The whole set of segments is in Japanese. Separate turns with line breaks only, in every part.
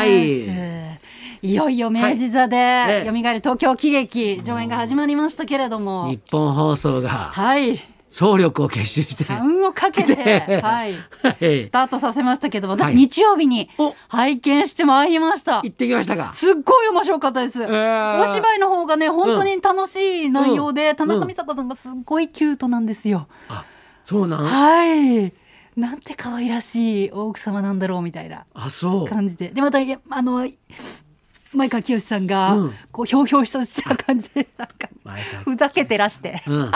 はい
いよいよ明治座
い
で
ええ
よみがえる東京喜劇上演が始まりましたけれども、
日本放送が
はい、
総力を結集して、は
運をかけて、
で
はい、ス
い、
タートさせましたけども、私
はい
日曜日に
お
拝見してまいりました。
行ってきましたか。
すっごい面白かったです。お
ー
芝居の方がね、本当に楽しい内容で、
うん
田中美佐子さんがすっごいキュートなんですよ。
あ、そうなん。
はい。なんて可愛らしい奥様なんだろうみたいな。
あ、そう。
感じででまたいやあの前川清さんが、
うん
こうひょうひょうとした感じでなんか
前川
ふざけてらして、
うん。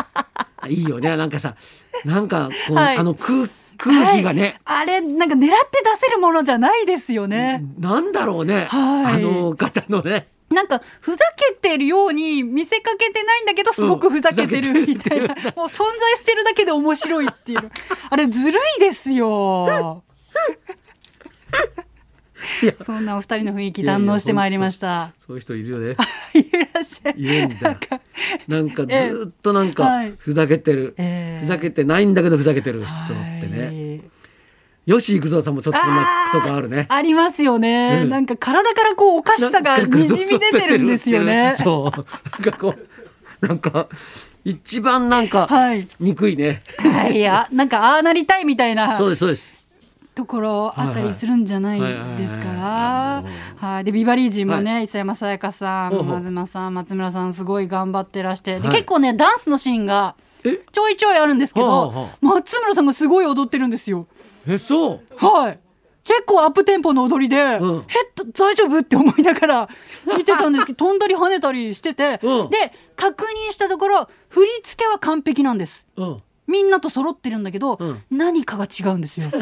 いいよね。なんかさ、なんかこう、
はい
あの空空気がね、
はいあれなんか狙って出せるものじゃないですよね、
なんだろうね。
はい
あの方のね。
なんかふざけてるように見せかけてないんだけどすごくふざけて
うん
るみたいな、もう存在してるだけで面白いっていうあれずるいですよそんなお二人の雰囲気堪能してまいりました
そういう人いるよね。
いらっしゃい
いるん
な
だ
ん。か
なんかずーっとなん
は
か
い
ふざけてる、
ええ
ふざけてないんだけどふざけてる人ってね。
ね。
吉幾三さんもちょっとそんな
あー
とこあるね。
ありますよね、
うん
なんか体からこうおかしさがにじみ出てるんですよね。
そう。なんかこう、なんか、一番なんか、
はい。
憎いね。
いや、なんかああなりたいみたいな
そうです、そうです。
ところあったりするんじゃないで
は
す
いはいは
か
いはいはい。
はい。で、ビバリー陣もね、磯山さやかさん、
ほうほう
東さん、松村さん、すごい頑張ってらして、で、
はい
結構ね、ダンスのシーンが
え
ちょいちょいあるんですけ
ほう
ど
ほう、
松村さんがすごい踊ってるんですよ。
え、そう。
はい。結構アップテンポの踊りで、
うん
えっと、大丈夫って思いながら 見てたんですけど、飛んだり跳ねたりしてて、
うん
で、確認したところ、振り付けは完璧なんです。
うん。
みんなと揃ってるんだけど、
うん
何かが違うんですよ。で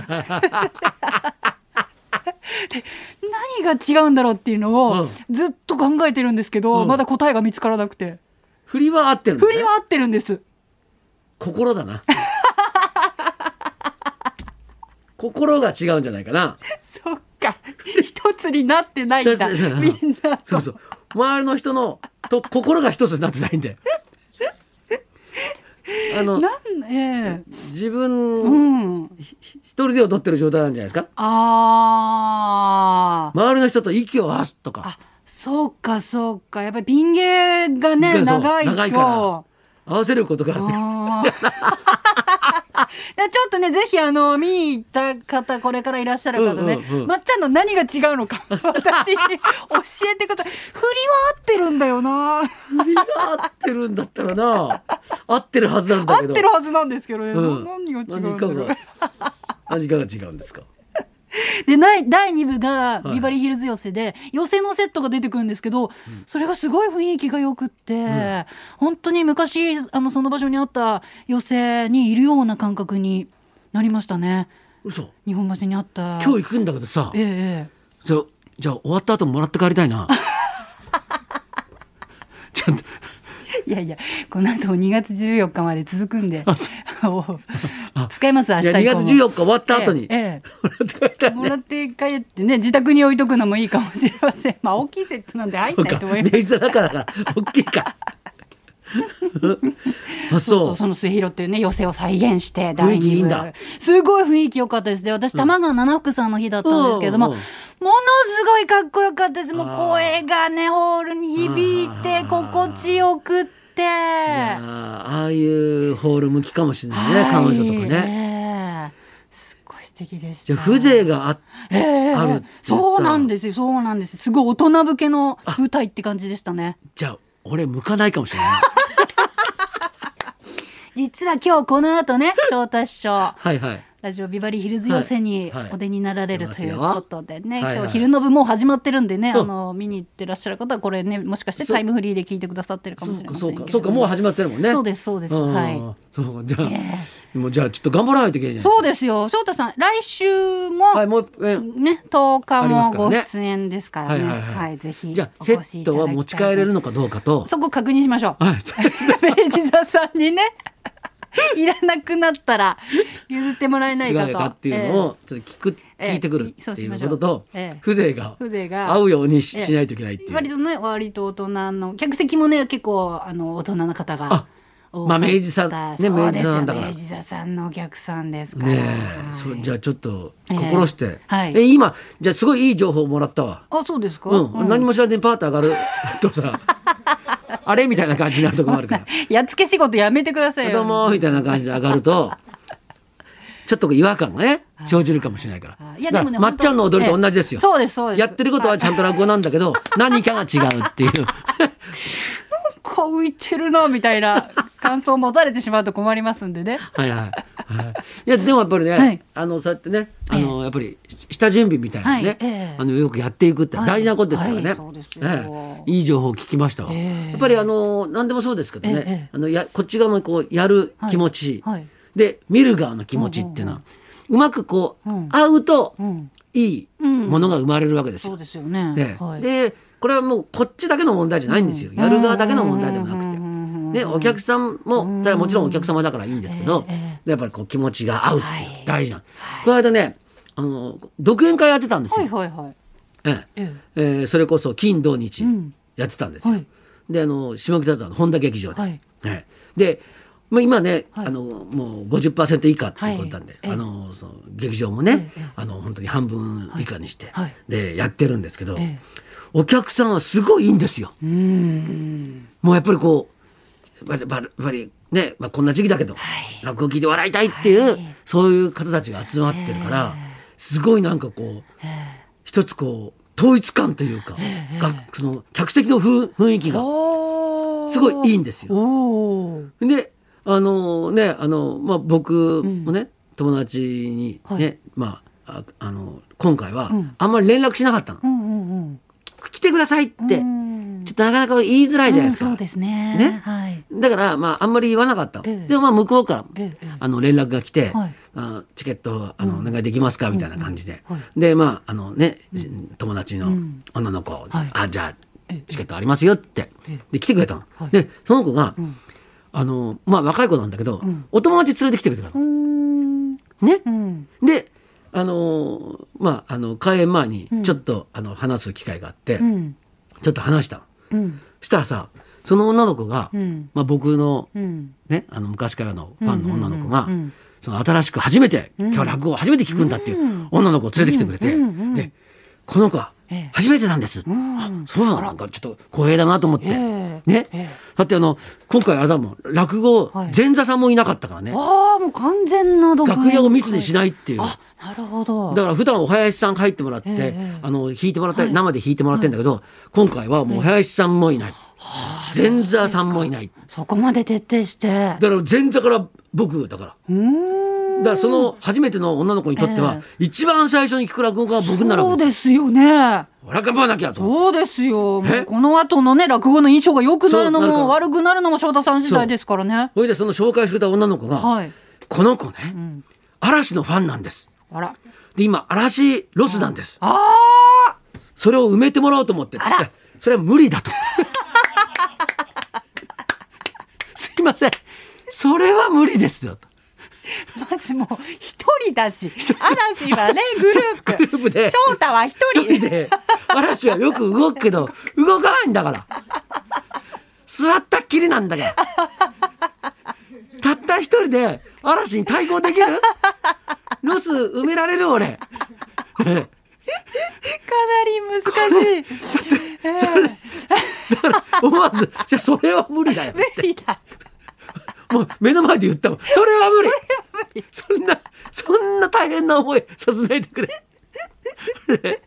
何が違うんだろうっていうのを、ずっと考えてるんですけど、
うん
まだ答えが見つからなくて。
振りは合ってるんだ
振
ね
りは合ってるんです。
心だな。心が違うんじゃないかな。
そっか。一つになってないんだ。
そうそうそう
みんなと。
そうそう。周りの人のと心が一つになってないんだよ。あの
なん、ええ
自分、
うん。
一人で踊ってる状態なんじゃないですか。
あー
周りの人と息を合わすとか
あそうかそうかやっぱりピン芸がね
そう
長いと
長 いか合わせることができる
あー ちょっとねぜひあの見に行った方これからいらっしゃる方ね、
うんうんうん
まっちゃんの何が違う のか私教えてください振りは合ってるんだよな
振りが合ってるんだったらな合ってるはずなんだ
合
け
っ
ど
てるはずなんですけどね、
うん
何が違うん
何か
だろう
が何かが違うんですか
でない第2部が
はい
ビバリーヒルズ寄せで寄せのセットが出てくるんですけど、それがすごい雰囲気がよくって、本当に昔あのその場所にあった寄せにいるような感覚になりましたね
嘘
日本橋にあった
今日行くんだけどさ
えええ
じゃあじゃあ終わった後もらって帰りたいな ちょっと
えいやいやこの後2月14日まで続くんでお
あ
使います明
い
日以
や
降
2月14日終わった後に、
えええ
もらって帰りた
え
い
もらって帰ってね自宅に置いとくのもいいかもしれませんまあ大きいセットなんで入ん
そう
ない
か
と思いま
明
す
治座だからだから大きい かあ
そ
そ
うそううその末広っていうね寄せを再現して第
雰囲気いい
2
ん
部
だ
すごい雰囲気良かったですで私玉川七福さんの日だったんですけれども、
うんうん
ものすごいかっこよかったですも
あ
う
ー
声がねホールに響いて
あー
心地よくって
いやーああいうホール向きかもしれないね、
はい
彼女とかね。
ねすっごい素敵でし
じ
た
ゃあ風情があっ
ええええ
あるって言ったら
そうなんですよそうなんですすごい大人向けの舞台って感じでしたね
じゃあ俺向かないかもしれない。
実は今日この後ね翔太師匠
はいはい。
ラジオビバリーヒルズ寄せに
はいはい
お出になられるということでね、
出ますよはい
今日
はい
昼の部もう始まってるんでね、
うん
あの見に行ってらっしゃる方はこれねもしかして
そう
タイムフリーで聞いてくださってるか
そ
も
う
しれま
か
せ
そ
ん
う
け
か
れ
そう
ど
かもう始まってるもんね。
そうですそうです
ん
はい。
そうかじゃあ、
え
もうじゃあちょっと頑張らないといけないじゃない
そうですよ翔太さん来週も、
はいもうえ
ね10日もご
ありますからね
出演ですからねはいぜひ
じゃあ
お
セ
越し
ッ
いただきた
トは
い
持ち帰れるのかどうかと。
そこ確認しましょう
はい。
明治座さんにね いらなくなったら譲ってもらえな い
い
か
か
と
がかっていうのをちょっと聞く、
ええ
聞いてくるって
そうし
い
ま
う
しょ
こ
う
とと、
ええ
風情が
風情が
合うようにし,、
ええ
ないといけないっていう。
割とね割と大人の客席もね結構あの大人の方
あ
が
まあ明治さんね明治座さんだから
明治座さんのお客さんですから。
ね
は
え、
い
そうじゃあちょっと
ええ
心して、
はい
え今じゃあすごいいい情報もらったわ
あそうですか。
うん、何も知らずにパーッと上がるとさあれみたいな感じになるとこもあるから
やっつけ仕事やめてください
子
よ。
供みたいな感じで上がる とちょっと違和感がね生じるかもしれないから
あ
だ
いやでも
か
ね
らまっちゃんの踊りと同じですよ、
ええそうですそうです
やってることはちゃんと落語なんだけど何かが違うって いう
こう浮いてるなみた いな感想を持たれてしまうと困りますんでね。
はいはい、はい、いやでもやっぱりね、
はい
あのそうやってねあの、やっぱり下準備みたいなね、
はいええ
あのよくやっていくって
はい
大事なことですからね、
はいそうですよ
ええいい情報を聞きましたわ、
ええ
やっぱりあの何でもそうですけどね、
ええ
あのやこっち側のこうやる気持ち、
はいはい
で見る側の気持ちっていうのは、うまくこう、
うん
合うと
うん
いいものが生まれるわけですよ
そうですよね。
ええ
はい。
でこれはもうこっちだけの問題じゃないんですよ、やる側だけの問題でもなくて。
く
でお客さんも
うん
それはもちろんお客様だからいいんですけど、
えええ
やっぱりこう気持ちが合うっていう
はい
大事なの、この間ねあの独演会やってたんです
は
よ、
いはいはい。
ええ
え
えーそれこそ金土日
うん
やってたんですよ、
はい
であの下北沢の本田劇場で、
はい
ええでまあ今ね、
はい
あのもう50%以下っていうことなんで、
はいええ
あのその劇場もね、
ええ
あの本当に半分以下にして、
はいはい
でやってるんですけど、
ええ
お客さんはすごいいいんですよ。
えうん。
もうやっぱりこうやっぱりやっぱりね、まあ、こんな時期だけど、
はい
落語聞いて笑いたいっていう、
はい
そういう方たちが集まってるから、
え
すごいなんかこう一つこう統一感というか、がその客席のふ雰囲気が
お
すごいいいんですよ。
おお。
であのねあの、まあ、僕もね、友達にね、
はい
まあああの今回は
うん
あんまり連絡しなかったの。
うんうん
来てくださいっ
うん。
て、
うん
ちょっとなかなか言いづらいじゃないですか。
うんそうですね。
ね
はい。
だから、まあ、あんまり言わなかったの、
ええ
でもまあ向こうから、
ええ
あの連絡が来て、
はい
あチケットあのお願いできますか、みたいな感じで、
うんは
でまああのね、友達の
ん
女の子、
はい
あじゃあ
ええ
チケットありますよって、
ええ
で来てくれたの、
はい
でその子が、
ん
あのまあ、若い子なんだけど、
ん
お友達連れてきてくれた
う
の。
ん。
ね
うん。
であのまああの開演前に
ん
ちょっと、あの話す機会があって、
うん。
ちょっと話したの
うん。
したらさその女の子が、
うん
まあ、僕の
うん。
ね、あの昔からのファンの女の子が、
うんうんうんうん
その新しく初めて、今日落語を初めて聞くんだっていう女の子を連れてきてくれて、
うんうんうん
でこの子は
ええ
初めてなんです、
ん
あそうなのなんかちょっと光栄だなと思って、
ええ
ね、
ええ
だってあの今回あれだもん落語
はい
前座さんもいなかったからね、
ああ、もう完全な独演会
楽屋を密にしないっていう。
あ、なるほど。
だから普段お林さん入ってもらって、
ええ
あの弾いてもらったり、
はい
生で弾いてもらってんだけど、今回はもうお林さんもいない、前座さんもいない
そこまで徹底して。
だから前座から僕だから
うーん。
だからその初めての女の子にとっては、一番最初に聞く落語家が僕になる
そ
わ
う
けです
ですよね。
よ。俺頑張らなきゃと。
そうですよ。も
え
うこの後のね、落語の印象が良くなるの
そうなる
も
から
悪くなるのも翔太さん次第ですからね。
それでその紹介してくれた女の子が、
はい。
この子ね、
ん
嵐のファンなんです。
あら。
で今嵐ロスなんです。
ああ
それを埋めてもらおうと思って、
あら
いやそれは無理だと。 すいません、それは無理ですよと。
まずもう一人だし、嵐は ね、グループ。
グループで
翔太は一
一人
人。
で嵐はよく動くけど動かないんだから座ったっきりなんだからたった一人で嵐に対抗できるロス埋められる俺ね
かなり難しい。ええ
だから思わず「じゃあそれは無理だよ」
無理だ。
もう目の前で言ったもん「それは無理そんなそんな大変な思いさせないでくれ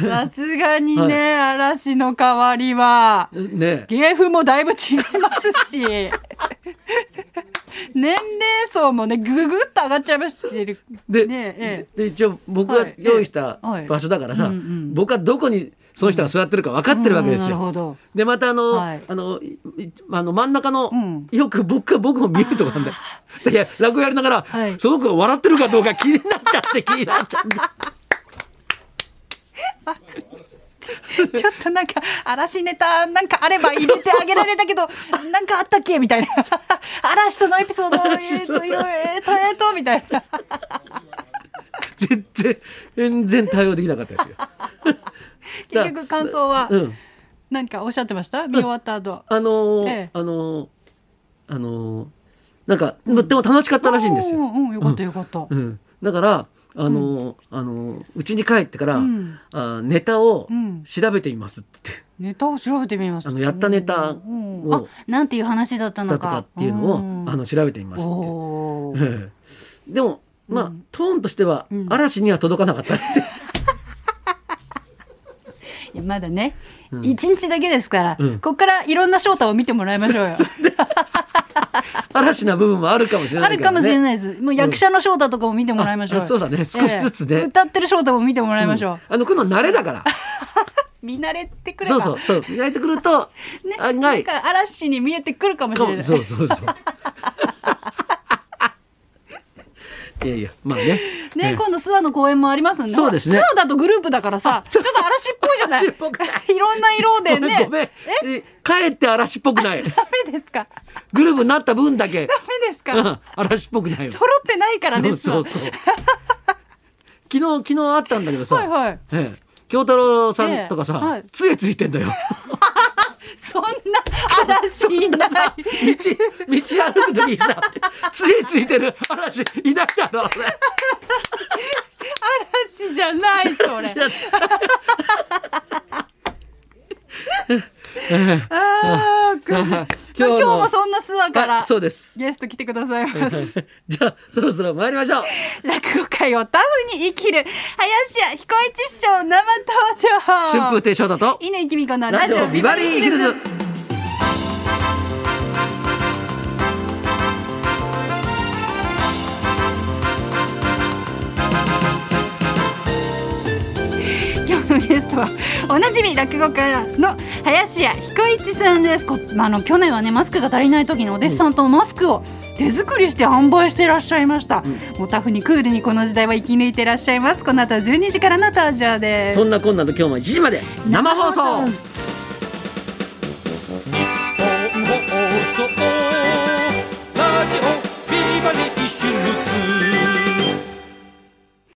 さすがにね、嵐の代わりは」、
ねえ
芸風もだいぶ違いますし、 年齢層もね、ぐぐっと上がっちゃいましてる。
で,、
ねええ
で一応僕が
はい
用意した
ええはい
場所だからさ、
うんうん
僕はどこにその人が座ってるか分かってるわけですよ。
うんなるほど
でまたあの,、
はい
あのいいあの真ん中の、
うん
よく僕が僕も見えるとこなんだよ。いや落語やりながら、
はい
その子が笑ってるかどうか気になっちゃって気になっちゃって
ちょっとなんか、嵐ネタなんかあれば入れてあげられたけど、なんかあったっけみたいな。 嵐とのエピソード、
嵐
えっ
との
と、いろいろ、えっと、えっと、みたい な。
全然全然対応できなかったですよ。
結局感想は
う、ん
何かおっしゃってました見終わった後。
あのー
ええ
あのーあのーなんか、までも楽しかったらしいんですよ。
うんうん、よかったよかった。
うん、だからあのー、あのーうちに帰ってから、
うん
あネタを
うん
調べてみますって、
ネタを調べてみます。
あのやったネタを
うんうんあ、なんていう話だった
だ
の
とか
か。
っていうのを、
ん
あの調べてみますって。
おー
ええでもまあ、
うん
トーンとしては、
うん
嵐には届かなか ったって
いやまだね、一日だけですから、
うん
ここからいろんな翔太を見てもらいましょうよ。
嵐な部分もあるかもしれな
あ
い
る
け
か
どね
もしれないです。もう役者の翔太とかも見てもらいましょうよ。
ああそうだね少しずつね
ええ歌ってる翔太も見てもらいましょう。
あのこの慣れだ から
見慣れてくれ
そ
ば。
うそうそう意外とくると、
ね、
案
な
外
んか嵐に見えてくるかもし
か
れ
も
ない。
そうそうそ ういやいやまあね
ね、
ええ
今度諏訪の公演もありますんで。
そうですね
ほら諏訪だとグループだからさ、ちょっと嵐っぽいじゃない。
嵐っぽくない
ろんな色でね。
ごめんごめんかえって嵐っぽくない
ダメですか。
グループになった分だ け
ダメですか。
うん嵐っぽくないわ
揃ってないからです
そうそうそう昨日昨日あったんだけどさ、
はいはい
ええ京太郎さんとかさ、
ええはい
杖ついてん だよ
そんな嵐いない。
さ道道歩く時にさ杖ついてる嵐いないだろうね
嵐じゃないそれ。 あーくまあ今
の
日もそんな諏訪 か
は
ら
いそう です
ゲスト来てくださいます。
じゃあそろそろ参りましょう
落語界をタフに生きる林家彦一師匠生登場。
春風亭昇太と
稲井君子の
ラ
ラ
ジ
ジ
オ
オ
ビ
ビ
バ
バ
リ
リ
ー
ー
ヒ
ヒ
ル
ル
ズ
ズ。今日のゲストはおなじみ落語家の林家彦一さんです。こまああの去年はねマスクが足りない時のお弟子さんとマスクを手作りして販売していらっしゃいました。もうタフにクールにこの時代は生き抜いていらっしゃいます。この後は12時からの登場です
そ。んなこんなで今日も1時まで生放送
生放送